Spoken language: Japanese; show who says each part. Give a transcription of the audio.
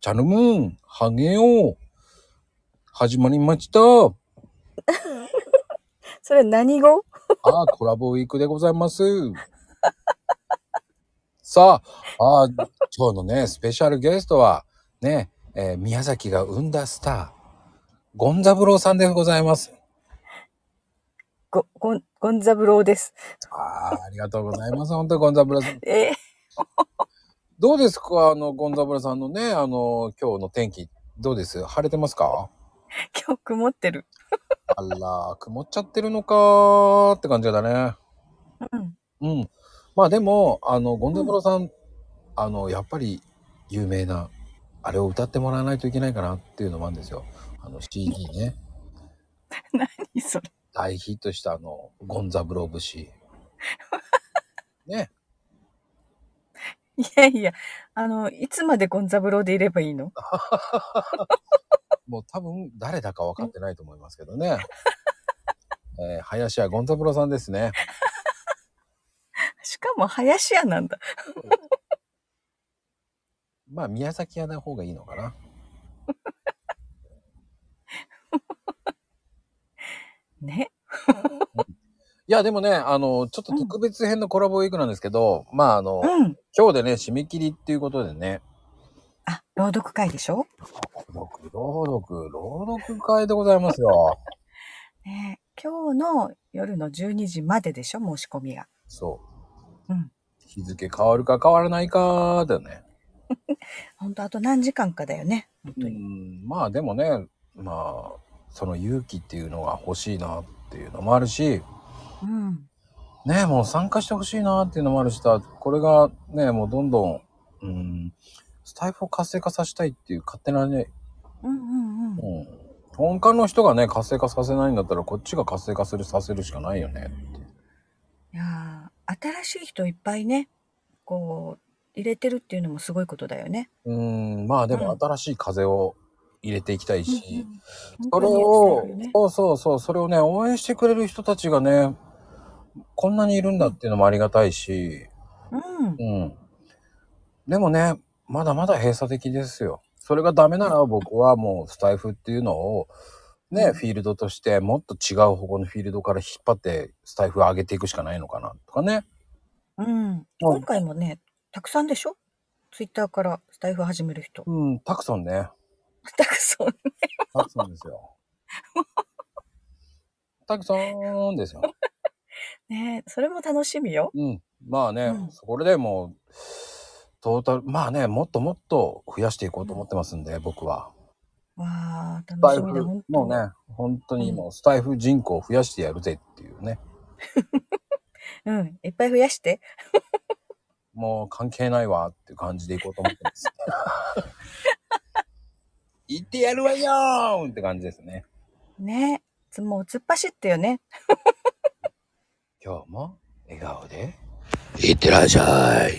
Speaker 1: チャルムーン、ハゲよう。始まりました。
Speaker 2: それ何語
Speaker 1: あー、コラボウィークでございます。 さあ、あー今日のね、スペシャルゲストは、ね、えー宮崎が生んだスター、ゴンザブローさんでございます。
Speaker 2: ゴゴンゴンザブローです。
Speaker 1: あー、ありがとうございます。本当にゴンザブローさん。
Speaker 2: えー
Speaker 1: どうですかあの、ゴンザブローさんのね、あの、今日の天気、どうです晴れてますか
Speaker 2: 今日曇ってる。
Speaker 1: あら、曇っちゃってるのかーって感じだね。
Speaker 2: うん。
Speaker 1: うん。まあでも、あの、ゴンザブロさん、あの、やっぱり有名な、あれを歌ってもらわないといけないかなっていうのもあるんですよ。あの、CD ね。
Speaker 2: 何それ。
Speaker 1: 大ヒットしたあの、ゴンザブロ節。ね。
Speaker 2: いやいや、あの、いつまでゴンザブローでいればいいの
Speaker 1: もう多分誰だか分かってないと思いますけど ね。えー林家ゴンザブロさんですね。
Speaker 2: しかも林家なんだ。
Speaker 1: まあ、宮崎屋の方がいいのかな。
Speaker 2: ね。
Speaker 1: いや、でもね、あの、ちょっと特別編のコラボウィークなんですけど、まあ、あの、
Speaker 2: うん。
Speaker 1: 今日でね、締め切りっていうことでね、
Speaker 2: あ、朗読会でしょ
Speaker 1: 朗読、朗読、朗読会でございます よ。
Speaker 2: ね今日の夜の12時まででしょ申し込みが。
Speaker 1: そう。
Speaker 2: うん
Speaker 1: 日付変わるか変わらないかだよね。
Speaker 2: ほんと、あと何時間かだよね。本当
Speaker 1: う
Speaker 2: に。
Speaker 1: ん、まあでもね、まあ、その勇気っていうのが欲しいなっていうのもあるし、
Speaker 2: うん。
Speaker 1: ね、もう参加してほしいなっていうのもあるしさ、これがね、もうどんどん、うん、スタイフを活性化させたいっていう勝手なね、
Speaker 2: うんうんうん。
Speaker 1: うん、他の人がね、活性化させないんだったら、こっちが活性化する、させるしかないよねって。
Speaker 2: いやー新しい人いっぱいね、こう、入れてるっていうのもすごいことだよね。
Speaker 1: うーんまあで
Speaker 2: う
Speaker 1: も
Speaker 2: ん
Speaker 1: 新しい風を入れていきたいし、
Speaker 2: うん
Speaker 1: それ
Speaker 2: 本当
Speaker 1: を、
Speaker 2: にね
Speaker 1: そうそうそうそれをね応援してくれる人たちがねこんなにいるんだっていうのもありがたいし、
Speaker 2: うん
Speaker 1: う。ん、でもねまだまだ閉鎖的ですよそれがダメなら僕はもうスタイフっていうのをね、
Speaker 2: うん
Speaker 1: フィールドとしてもっと違う方向のフィールドから引っ張ってスタイフを上げていくしかないのかなとかね
Speaker 2: うん、今回もね、たくさんでしょツイッターからスタイフ始める人。
Speaker 1: うんたくさんね
Speaker 2: たくさん。
Speaker 1: たくさんですよたくさんですよ
Speaker 2: ねそれも楽しみよ。
Speaker 1: うん、まあね、
Speaker 2: うん
Speaker 1: それでもうトータルまあねもっともっと増やしていこうと思ってますんで、僕は
Speaker 2: わあ、
Speaker 1: スタ
Speaker 2: 楽
Speaker 1: イ
Speaker 2: し
Speaker 1: フ
Speaker 2: みだ、本当
Speaker 1: もうね本当にもうスタイフ人口を増やしてやるぜっていうね、
Speaker 2: うん、いっぱい増やして。
Speaker 1: もう関係ないわっていう感じでいこうと思ってます 行ってやるわよーって感じですね
Speaker 2: ねつもう突っ走ってよね。
Speaker 1: 今日も笑顔でいってらっしゃい